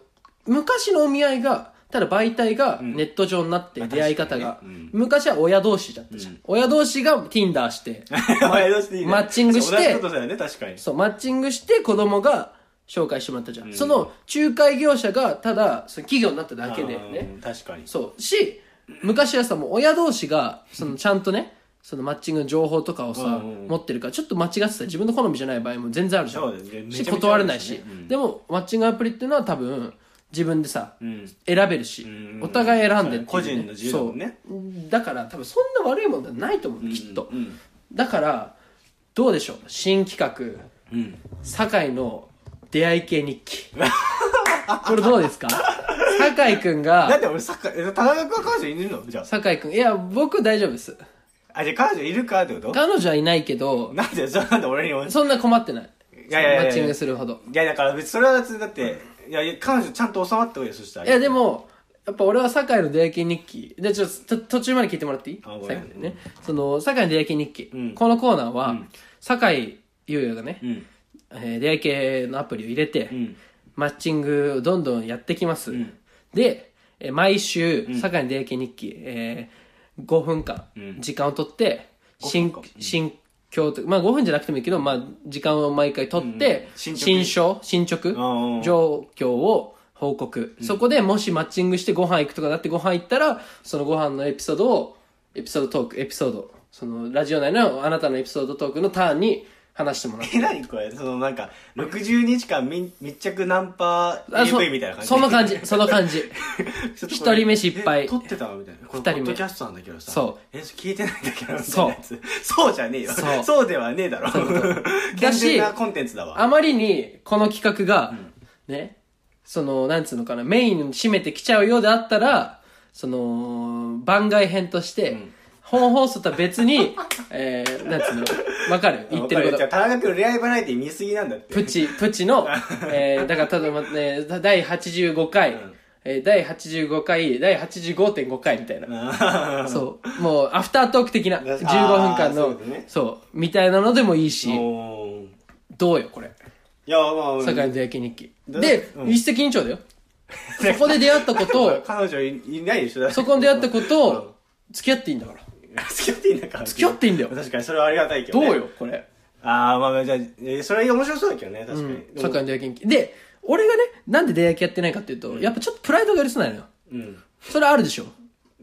[SPEAKER 2] 昔のお見合いがただ媒体が
[SPEAKER 1] ん
[SPEAKER 2] ネット上になって
[SPEAKER 1] あ
[SPEAKER 2] 出会い方が
[SPEAKER 1] 確、かにね
[SPEAKER 2] 昔は親同士だったじゃん、親同士が Tinder して
[SPEAKER 1] 前出していいね
[SPEAKER 2] マッチングして
[SPEAKER 1] 同じことだよね確かに
[SPEAKER 2] そう、マッチングして子供が紹介してもらったじゃん。その仲介業者がただ、その企業になっただけでね。
[SPEAKER 1] うん確かに
[SPEAKER 2] そう。し、昔はさ、もう親同士が、そのちゃんとね、そのマッチングの情報とかをさ、
[SPEAKER 1] うんうんうん
[SPEAKER 2] 持ってるから、ちょっと間違ってたら自分の好みじゃない場合も全然あるじゃん。
[SPEAKER 1] そうだよねめちゃめ
[SPEAKER 2] し、
[SPEAKER 1] ちゃあるしね
[SPEAKER 2] 断れないし。
[SPEAKER 1] うん
[SPEAKER 2] でも、マッチングアプリっていうのは多分、自分でさ、
[SPEAKER 1] ん
[SPEAKER 2] 選べるし、
[SPEAKER 1] ん
[SPEAKER 2] お互い選んでっていうね、
[SPEAKER 1] 個人の自由だもんね
[SPEAKER 2] そうだから多分そんな悪いもんではないと思う、きっと、
[SPEAKER 1] うん
[SPEAKER 2] だからどうでしょう新企画
[SPEAKER 1] うん
[SPEAKER 2] 酒井の出会い系日 記これどうですか酒井くん
[SPEAKER 1] だっ
[SPEAKER 2] が
[SPEAKER 1] て俺サッカーえ田中君は彼女いるのじゃあ
[SPEAKER 2] 酒井くんいや僕大丈夫です
[SPEAKER 1] あじゃあ彼女いるかってこと
[SPEAKER 2] 彼女はいないけど
[SPEAKER 1] なんでそれなんで俺にもい
[SPEAKER 2] そんな困ってない
[SPEAKER 1] いやいやいやいや
[SPEAKER 2] マッチングするほど
[SPEAKER 1] やだから別にそれは別にだっていやいや彼女ちゃんと収まっておいよそしたら
[SPEAKER 2] いやでもやっぱ俺は酒井の出会い系日記でちょっとと途中まで聞いてもらっていい
[SPEAKER 1] あごめん
[SPEAKER 2] 最後までねその酒井の出会い系日記、
[SPEAKER 1] うん
[SPEAKER 2] このコーナーは、酒井優也がね、
[SPEAKER 1] うん
[SPEAKER 2] えー出会い系のアプリを入れて、
[SPEAKER 1] うん
[SPEAKER 2] マッチングをどんどんやってきます、
[SPEAKER 1] ん
[SPEAKER 2] でえー毎週「酒井の出会い系日記」えー5分間
[SPEAKER 1] うん
[SPEAKER 2] 時間を取って
[SPEAKER 1] 5分
[SPEAKER 2] 新
[SPEAKER 1] 間
[SPEAKER 2] 新境とまあ5分じゃなくてもいいけど、まあ、時間を毎回取って、
[SPEAKER 1] うん進捗
[SPEAKER 2] 新書進捗
[SPEAKER 1] んうん
[SPEAKER 2] 状況を報告、そこでもしマッチングしてご飯行くとかだってご飯行ったらそのご飯のエピソードをエピソードトークエピソードそのラジオ内のあなたのエピソードトークのターンに話してもらう
[SPEAKER 1] え何これそのなんか60日間み密着ナンパ
[SPEAKER 2] あそ
[SPEAKER 1] AV みたいな感じ
[SPEAKER 2] その感じその感じ
[SPEAKER 1] ちょっとこ
[SPEAKER 2] 一
[SPEAKER 1] れ
[SPEAKER 2] 人目失敗
[SPEAKER 1] え撮ってたのみたいなこれ
[SPEAKER 2] 二
[SPEAKER 1] ポ
[SPEAKER 2] 人
[SPEAKER 1] ッ
[SPEAKER 2] 目
[SPEAKER 1] ドキャストなんだけどさ
[SPEAKER 2] そう
[SPEAKER 1] えそれ聞いてないんだけどみたい
[SPEAKER 2] そう
[SPEAKER 1] なやつそうじゃねえよ
[SPEAKER 2] そう
[SPEAKER 1] そうではねえだろ
[SPEAKER 2] だ
[SPEAKER 1] 健
[SPEAKER 2] し
[SPEAKER 1] 全なコンテンツだわ
[SPEAKER 2] あまりにこの企画が、ねそのなんつうのかなメインに占めてきちゃうようであったらその番外編として、本放送とは別 に、えー、なんつうのわかる言ってる
[SPEAKER 1] わ
[SPEAKER 2] こ
[SPEAKER 1] か
[SPEAKER 2] と
[SPEAKER 1] じゃあ田中君恋愛バラエティ見すぎなんだって
[SPEAKER 2] プチ、プチの、えー、だから、ただ、ね、第85回、
[SPEAKER 1] うん
[SPEAKER 2] えー第85回、第85.5回みたいな。
[SPEAKER 1] あー
[SPEAKER 2] そう。もう、アフタートーク的な、15分間
[SPEAKER 1] そ
[SPEAKER 2] の
[SPEAKER 1] うですね、
[SPEAKER 2] そう、みたいなのでもいいし、
[SPEAKER 1] おー
[SPEAKER 2] どうよ、これ。
[SPEAKER 1] いやまあ
[SPEAKER 2] 酒井の出会い系日記。
[SPEAKER 1] だ
[SPEAKER 2] で
[SPEAKER 1] う、ん
[SPEAKER 2] 一石二鳥だよ。そこで出会ったこと を、
[SPEAKER 1] 彼女いいないでしょ
[SPEAKER 2] そこで出会った
[SPEAKER 1] 子
[SPEAKER 2] ことを、付き合っていいんだから。
[SPEAKER 1] 付き合っていいんだから
[SPEAKER 2] 付き合っていいんだよ
[SPEAKER 1] 確かにそれはありがたいけど、
[SPEAKER 2] ど
[SPEAKER 1] ね、
[SPEAKER 2] うよ、これ。
[SPEAKER 1] ああまあまあじゃあえーそれ面白そうだけどね確かに、
[SPEAKER 2] うん
[SPEAKER 1] でも
[SPEAKER 2] 酒井の出会い系日記。で、俺がね、なんで出会い系やってないかっていうと、やっぱちょっとプライドが許さないのよ。
[SPEAKER 1] うん
[SPEAKER 2] それあるでしょ。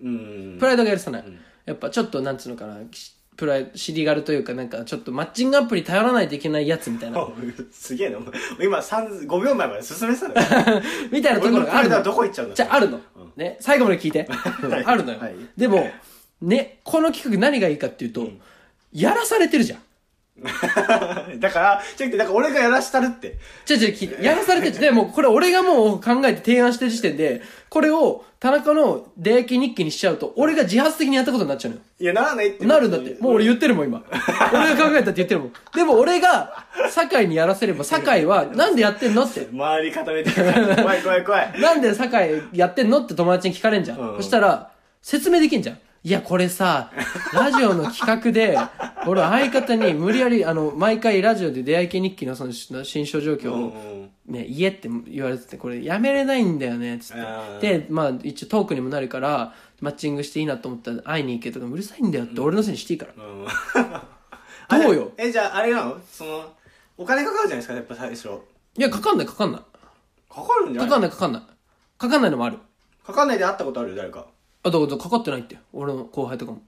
[SPEAKER 1] うん
[SPEAKER 2] プライドが許さない、やっぱちょっとなんつうのかなきプライ尻軽というかなんかちょっとマッチングアプリ頼らないといけないやつみたいな
[SPEAKER 1] すげえなお前今三5秒前まで進めてたんだよ
[SPEAKER 2] みたいなとこ
[SPEAKER 1] 俺の
[SPEAKER 2] ろがあ
[SPEAKER 1] プラ
[SPEAKER 2] る
[SPEAKER 1] イド
[SPEAKER 2] の
[SPEAKER 1] はどこ行っちゃうんだ
[SPEAKER 2] じゃああるの、ね最後まで聞いて、
[SPEAKER 1] い
[SPEAKER 2] あるの よ、
[SPEAKER 1] はい
[SPEAKER 2] でもねこの企画何がいいかっていうと、やらされてるじゃん
[SPEAKER 1] だから、じゃなくて、だから俺がやらしたるって。
[SPEAKER 2] 違う違うき、 やらされてて、でもうこれ俺がもう考えて提案してる時点で、これを田中の出会い日記にしちゃうと、俺が自発的にやったことになっちゃうのよ。
[SPEAKER 1] いや、ならないって。
[SPEAKER 2] なるんだって。もう俺言ってるもん、今。俺が考えたって言ってるもん。でも俺が、酒井にやらせれ ば、酒井は、なんでやってんのって。
[SPEAKER 1] 周り固めてる から怖い怖い怖い。
[SPEAKER 2] なんで酒井やってんのって友達に聞かれんじゃん。
[SPEAKER 1] うん
[SPEAKER 2] そしたら、説明できんじゃん。いや、これさ、ラジオの企画で、 俺相方に無理やり、あの、毎回ラジオで出会い系日記のその新症状況
[SPEAKER 1] う
[SPEAKER 2] を、
[SPEAKER 1] んうん
[SPEAKER 2] ね、家って言われてて、これやめれないんだよね、つっ
[SPEAKER 1] あー
[SPEAKER 2] て。で、まあ一応トークにもなるから、マッチングしていいなと思ったら会いに行けとか、うるさいんだよって俺のせいにしていいから。
[SPEAKER 1] うん。
[SPEAKER 2] どうよ
[SPEAKER 1] あれえ、じゃあ、あれなのその、お金かかるじゃないですか、やっぱ最初。
[SPEAKER 2] いや、かかんないかかんない。
[SPEAKER 1] かかるんじゃ
[SPEAKER 2] か
[SPEAKER 1] ない
[SPEAKER 2] かんないかかんない。かかんないのもある。
[SPEAKER 1] かかんないで会ったことあるよ、誰か。
[SPEAKER 2] あ、どうぞかかってないって。俺の後輩とかも。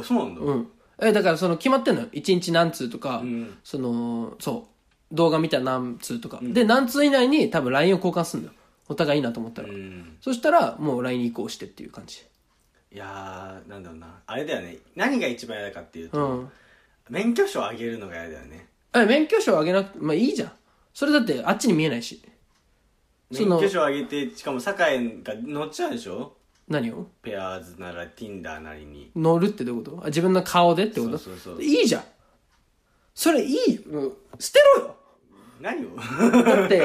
[SPEAKER 1] あ、そうなんだ。
[SPEAKER 2] うん。え、だからその決まってんのよ。1日何通とか、
[SPEAKER 1] ん
[SPEAKER 2] その、そう。動画見たら何通とか。で、何通以内に多分 LINE を交換するんだよ。お互いいいなと思ったら。
[SPEAKER 1] うん。
[SPEAKER 2] そしたら、もう LINE 移行してっていう感じ。
[SPEAKER 1] いやー、なんだろうな。あれだよね。何が一番嫌だかっていう
[SPEAKER 2] う
[SPEAKER 1] と、
[SPEAKER 2] ん。
[SPEAKER 1] 免許証あげるのが嫌だよね。
[SPEAKER 2] え、免許証あげなくて、まあいいじゃん。それだってあっちに見えないし。そ
[SPEAKER 1] 免
[SPEAKER 2] の
[SPEAKER 1] 許証あげて、しかも酒井が乗っちゃうでしょ
[SPEAKER 2] 何を
[SPEAKER 1] ペアーズなら Tinder なりに。
[SPEAKER 2] 乗るってどういうことあ自分の顔でってこと
[SPEAKER 1] そうそうそう
[SPEAKER 2] いいじゃん。それいいよ。うん捨てろよ
[SPEAKER 1] 何を
[SPEAKER 2] だって、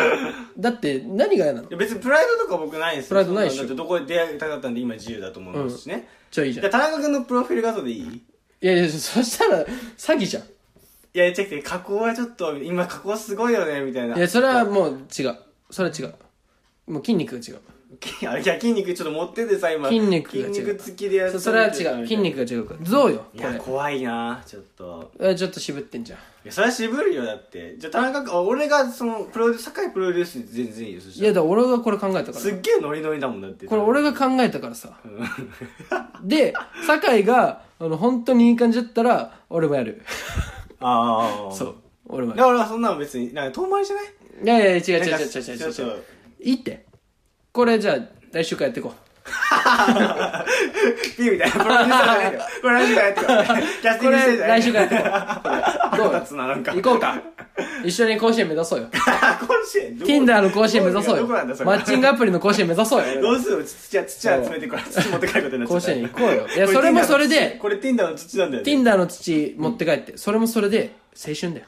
[SPEAKER 2] だって何が嫌なの
[SPEAKER 1] いや別にプライドとか僕ないですよ
[SPEAKER 2] プライドないっし
[SPEAKER 1] そ
[SPEAKER 2] ょ
[SPEAKER 1] んだってどこで出会いたかったんで今自由だと思いますしね、
[SPEAKER 2] じゃあいいじゃ
[SPEAKER 1] じ
[SPEAKER 2] ん。
[SPEAKER 1] ゃ
[SPEAKER 2] い
[SPEAKER 1] あ田中君のプロフィール画像でいい
[SPEAKER 2] やいや、そしたら詐欺じゃん。
[SPEAKER 1] いや、ちゃくて、加工はちょっと、今加工すごいよね、みたいな。
[SPEAKER 2] いや、それはもう違う。それは違う。もう筋肉が違う。
[SPEAKER 1] き あいや、筋肉ちょっと持っててさ、今。
[SPEAKER 2] 筋肉が違う。
[SPEAKER 1] 筋肉付きでやって
[SPEAKER 2] そ
[SPEAKER 1] る
[SPEAKER 2] それは違う。筋肉が違うから。どうよ、
[SPEAKER 1] い
[SPEAKER 2] こ
[SPEAKER 1] や、怖いなちょっと。
[SPEAKER 2] れ。えちょっと渋ってんじゃん。
[SPEAKER 1] いや、それは渋るよ、だって。じゃあ、田中君、あ俺が、その、プロデュース、酒井プロデュースで全然いいよ、そし
[SPEAKER 2] い
[SPEAKER 1] た
[SPEAKER 2] や、
[SPEAKER 1] ら。
[SPEAKER 2] だから俺がこれ考えたから
[SPEAKER 1] す。っげえノリノリだもんだって。
[SPEAKER 2] これ俺
[SPEAKER 1] が。
[SPEAKER 2] が考えたからさ。で、酒井が、あの、本当にいい感じだったら、俺もやる。
[SPEAKER 1] ああ。
[SPEAKER 2] そう。。俺も
[SPEAKER 1] だ
[SPEAKER 2] やる。
[SPEAKER 1] から、そんなの別に、なんか遠回りじゃない
[SPEAKER 2] いやいや違う違う
[SPEAKER 1] なんか
[SPEAKER 2] 違う違う違う
[SPEAKER 1] ち
[SPEAKER 2] 違
[SPEAKER 1] ょ
[SPEAKER 2] う。
[SPEAKER 1] っと
[SPEAKER 2] いいって。これじゃあ、来週からやっていこう。
[SPEAKER 1] ピーみたいな。プロデューサーじゃないよ。これ来週からやってください。キャスティ
[SPEAKER 2] こ
[SPEAKER 1] ングして
[SPEAKER 2] れ、
[SPEAKER 1] んじゃない
[SPEAKER 2] 来週からやっていこう。どう
[SPEAKER 1] 腹
[SPEAKER 2] よ
[SPEAKER 1] 立つな、なんか。
[SPEAKER 2] 行こうか。一緒に甲子園目指そうよ。
[SPEAKER 1] 甲子園どこ
[SPEAKER 2] Tinder の甲子園目指そう
[SPEAKER 1] ど
[SPEAKER 2] よ。
[SPEAKER 1] こなんだ、それ。
[SPEAKER 2] マッチングアプリの甲子園目指そう
[SPEAKER 1] ど
[SPEAKER 2] よ。
[SPEAKER 1] うするの土は土は集めてから土持って帰ることになっちゃった
[SPEAKER 2] 甲子園行こうよいやそれもそれで
[SPEAKER 1] これ Tinder の土なんだよね
[SPEAKER 2] Tinder の土持って帰って、それもそれで青春だよ。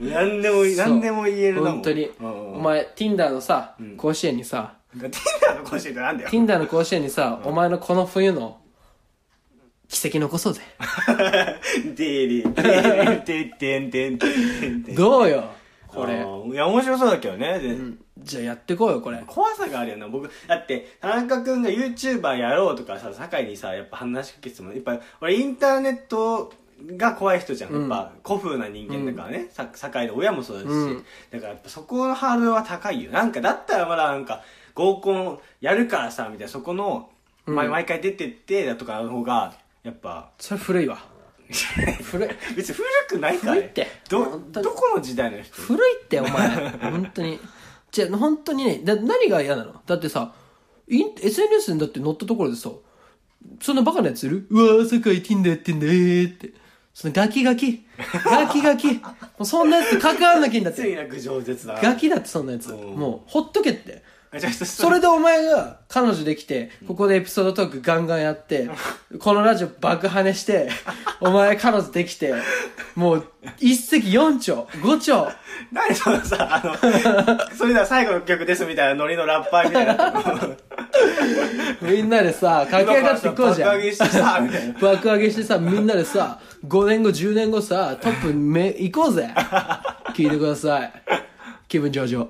[SPEAKER 1] 何でもいい何でも言えるなもん
[SPEAKER 2] 本当に。
[SPEAKER 1] うん
[SPEAKER 2] お前、Tinder のさ、甲子園にさ、
[SPEAKER 1] Tinder の甲子園ってなんだよ
[SPEAKER 2] Tinder の甲子園 にさ、お前のこの冬の奇跡 残そうぜ。
[SPEAKER 1] てり てりてんてんてんてんてん
[SPEAKER 2] どうよ、こ
[SPEAKER 1] あ
[SPEAKER 2] れ。
[SPEAKER 1] ーいや面白そうだけどねで
[SPEAKER 2] じゃあやってこうよ、これ。
[SPEAKER 1] 怖さがあるよな僕だって田中君が YouTuber やろうとかさ酒井にさやっぱ話しかけてたもんやっぱ俺インターネットが怖い人じゃん、
[SPEAKER 2] うん
[SPEAKER 1] やっぱ古風な人間だからね、さ酒井の親もそうだし、
[SPEAKER 2] うん
[SPEAKER 1] だからやっぱそこのハードルは高いよなんかだったらまだなんか合コンやるからさみたいなそこの、
[SPEAKER 2] うん
[SPEAKER 1] 毎毎回出てってだとかの方がやっぱ
[SPEAKER 2] そ れ古いわ。古い。
[SPEAKER 1] 別に古くないから、
[SPEAKER 2] 古いって
[SPEAKER 1] ど
[SPEAKER 2] 本当に
[SPEAKER 1] どこの時代の人
[SPEAKER 2] 古いって お前本当にじゃあ本当にねだ何が嫌なのだってさイン SNS にだって載ったところでさそんなバカなやついるうわー世界 Tinder やってんだえーってそのガキガキガキ ガキもうそんなやつ関わんなきゃいいんだっ
[SPEAKER 1] つい
[SPEAKER 2] て
[SPEAKER 1] なく饒舌だな
[SPEAKER 2] ガキだってそんなやつ
[SPEAKER 1] うん
[SPEAKER 2] もうほっとけって
[SPEAKER 1] めちゃくちゃ
[SPEAKER 2] それでお前が彼女できて、ここでエピソードトークガンガンやって、このラジオ爆跳ねして、お前彼女できて、もう一石四鳥、五鳥、
[SPEAKER 1] 何その さ、あの、それでは最後の曲ですみたいなノリのラッパーみたいな。
[SPEAKER 2] みんなでさ、駆け上がっていこうじゃ
[SPEAKER 1] 爆
[SPEAKER 2] ん
[SPEAKER 1] 上。げしてさ、みたいな。
[SPEAKER 2] 爆上げしてさ、みんなでさ、5年後、10年後さ、トップめ、行こ うぜ。聞いてください。気分上々。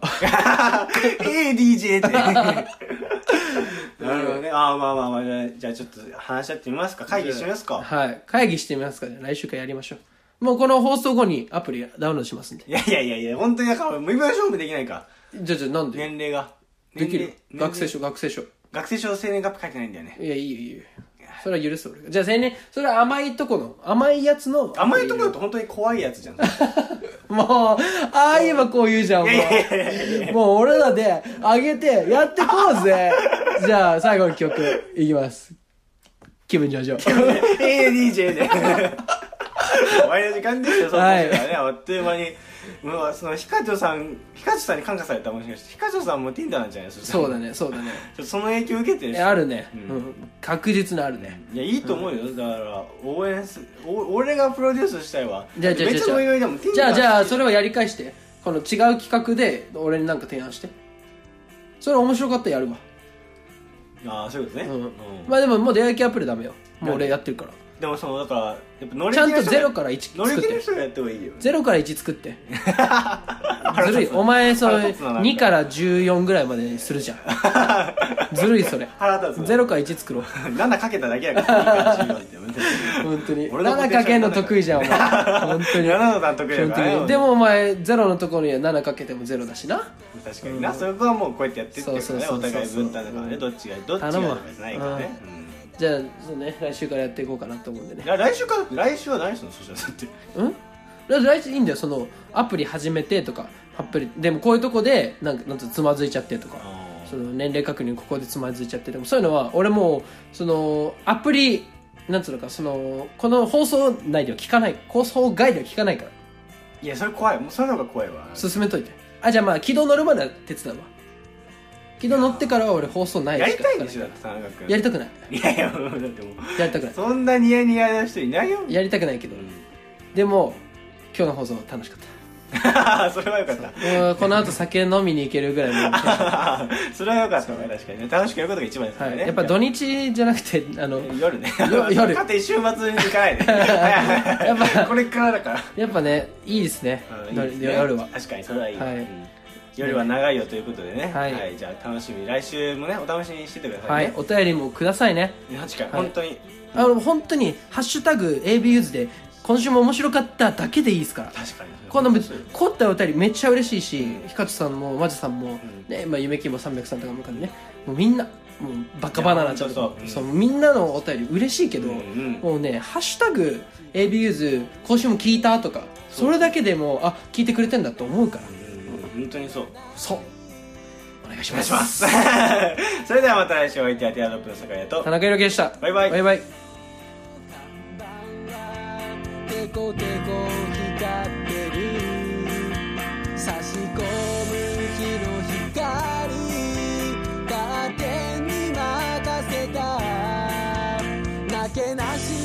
[SPEAKER 1] ええ、DJ って。なるほどね。ああ、まあまあまあ、じゃあじゃあちょっと話し合ってみますか。会議してみますか。
[SPEAKER 2] はい。会議してみますかね。来週からやりましょう。もうこの放送後にアプリダウンロードしますんで。
[SPEAKER 1] いやいやいやいや、本当にだから、無分勝負できないから。
[SPEAKER 2] じゃあじゃあなんで
[SPEAKER 1] 年齢が。
[SPEAKER 2] できる
[SPEAKER 1] 年齢
[SPEAKER 2] 学生。証、学生証。
[SPEAKER 1] 学生証生年月日書いてないんだよね。
[SPEAKER 2] いや、いいよ、いいよ。それは許す、俺が。じゃあ、青年、それは甘いとこの、甘いやつの。
[SPEAKER 1] 甘いところだと本当に怖いやつじゃん。い
[SPEAKER 2] もう、ああ言えばこう言うじゃん、もう。もう俺らで上げてやってこ うぜ。じゃあ最後の曲いきます。気分上々。
[SPEAKER 1] ええ、DJ で。終わりの時間ですよ、そん
[SPEAKER 2] は
[SPEAKER 1] ない時間ね。あっという間に。もう、その、ヒカチョさん、ヒカチョさんに感化されたらもしかして、ヒカチョさんも Tinder なんじゃないですか
[SPEAKER 2] そうだ。ねそうだね
[SPEAKER 1] ちょっとその影響受けてる
[SPEAKER 2] え
[SPEAKER 1] し
[SPEAKER 2] あるね、
[SPEAKER 1] う
[SPEAKER 2] うんん確実にあるね
[SPEAKER 1] いや、いいと思うよ。だから、応援す、お俺がプロデュースしたいわ。
[SPEAKER 2] じゃあじゃあ
[SPEAKER 1] めっちゃノイノイだもん、Tinder
[SPEAKER 2] じゃあじゃあそれをやり返してこの違う企画で俺になんか提案してそれ面白かったらやるわ、
[SPEAKER 1] ああ、そういうことね。
[SPEAKER 2] うん
[SPEAKER 1] うん
[SPEAKER 2] まあでももう出会い系アプリダメよもう俺やってるから
[SPEAKER 1] でも、その、だから、やっぱ乗り
[SPEAKER 2] ち
[SPEAKER 1] 切
[SPEAKER 2] ゃ
[SPEAKER 1] れ
[SPEAKER 2] んと
[SPEAKER 1] ゼ
[SPEAKER 2] 0
[SPEAKER 1] ロ
[SPEAKER 2] から1
[SPEAKER 1] 乗り
[SPEAKER 2] 作っ
[SPEAKER 1] 切
[SPEAKER 2] て
[SPEAKER 1] れる人がやった方がいいよ。
[SPEAKER 2] 0から1作ってずるいお前そ
[SPEAKER 1] 腹
[SPEAKER 2] れ
[SPEAKER 1] 立つななんか
[SPEAKER 2] 2から14ぐら いまでにするじゃんずるいそれ
[SPEAKER 1] 腹立つな。
[SPEAKER 2] 0から1作ろう
[SPEAKER 1] 7かけただけやから、いい感じよみたいな
[SPEAKER 2] 本当に
[SPEAKER 1] 俺のポテンシャ
[SPEAKER 2] 7
[SPEAKER 1] ル
[SPEAKER 2] かけんの得意じゃんお前 本当に
[SPEAKER 1] 7の単独や
[SPEAKER 2] 本
[SPEAKER 1] からね
[SPEAKER 2] 当にでもお前ゼロのところには7かけてもゼロだしな
[SPEAKER 1] 確かにな、それはもうこうやってやってってるか
[SPEAKER 2] そ
[SPEAKER 1] ら
[SPEAKER 2] う
[SPEAKER 1] ね
[SPEAKER 2] そうそうそう
[SPEAKER 1] お互い分担だからねどっちがどっちがとかじゃないからね、
[SPEAKER 2] じゃあそうね来週からやっていこうかなと思うんで
[SPEAKER 1] うん
[SPEAKER 2] ね
[SPEAKER 1] いや来週から来週は何するのそしたらだって
[SPEAKER 2] うんだって来週いいんだよそのアプリ始めてとかアプリでもこういうとこでなんかなんつうのつまずいちゃってとかその年齢確認ここでつまずいちゃってでもそういうのは俺もうそのアプリなんつうのかそのこの放送内では聞かない放送外では聞かないから
[SPEAKER 1] いやそれ怖いもうそういうのが怖いわ
[SPEAKER 2] 進めといてあじゃあまあ軌道乗るまでは手伝うわ軌道乗ってからは俺放送ない
[SPEAKER 1] やりたいんで
[SPEAKER 2] から
[SPEAKER 1] しょだって田中君
[SPEAKER 2] やりたくない
[SPEAKER 1] いやいやもうだってもう
[SPEAKER 2] やりたくない
[SPEAKER 1] そんなニヤニヤな人いないよ
[SPEAKER 2] やりたくないけどでも今日の放送楽しかった
[SPEAKER 1] それはよかった
[SPEAKER 2] もうこの後酒飲みに行けるぐらい もう
[SPEAKER 1] それはよかったわ確かにね楽しくやることが一番ですか
[SPEAKER 2] は
[SPEAKER 1] ら
[SPEAKER 2] い、
[SPEAKER 1] ね、
[SPEAKER 2] やっぱ土日じゃなくてあの
[SPEAKER 1] 夜ね
[SPEAKER 2] よ夜
[SPEAKER 1] 勝手に週末に行かない でや
[SPEAKER 2] っ ぱ
[SPEAKER 1] これからだから
[SPEAKER 2] やっぱねいいですね
[SPEAKER 1] うん
[SPEAKER 2] ど
[SPEAKER 1] いいですね
[SPEAKER 2] 夜は
[SPEAKER 1] 確かにそれはいい、
[SPEAKER 2] はい
[SPEAKER 1] うん夜は長いよということでね、は
[SPEAKER 2] はいい
[SPEAKER 1] じゃあ楽しみ来週もねお楽しみにしててくださ
[SPEAKER 2] はいい
[SPEAKER 1] ね、
[SPEAKER 2] お便りもくださいね
[SPEAKER 1] はい、確かに
[SPEAKER 2] はい
[SPEAKER 1] 本当に
[SPEAKER 2] あの本当に「ハッシュタグ #AB ユーズ」で今週も面白かっただけでいいですから
[SPEAKER 1] 確かに
[SPEAKER 2] この
[SPEAKER 1] 本当
[SPEAKER 2] ぶ
[SPEAKER 1] にそうよ
[SPEAKER 2] 凝ったお便りめっちゃ嬉しいし、
[SPEAKER 1] うん
[SPEAKER 2] ひかちさんもまじさんも、
[SPEAKER 1] ん
[SPEAKER 2] ねまあ、夢きも300さんとかもかねもうみんなもうバカバナナちゃん
[SPEAKER 1] いや
[SPEAKER 2] と
[SPEAKER 1] 本当そううん
[SPEAKER 2] そうみんなのお便り嬉しいけど、
[SPEAKER 1] うんうん
[SPEAKER 2] もうね「ハッシュタグ #AB ユーズ」今週も聞いたとかそれだけでもあ聞いてくれてんだと思うから
[SPEAKER 1] うん本当にそう
[SPEAKER 2] そうお願いし
[SPEAKER 1] お
[SPEAKER 2] ま
[SPEAKER 1] 願い
[SPEAKER 2] す
[SPEAKER 1] します それではまた来週お会いいたいティアドロップの酒屋と
[SPEAKER 2] 田中裕樹でした
[SPEAKER 1] バイバイ
[SPEAKER 2] バイバイ
[SPEAKER 3] テコテコ光ってる差し込む日の光カーテンに任せたなけなし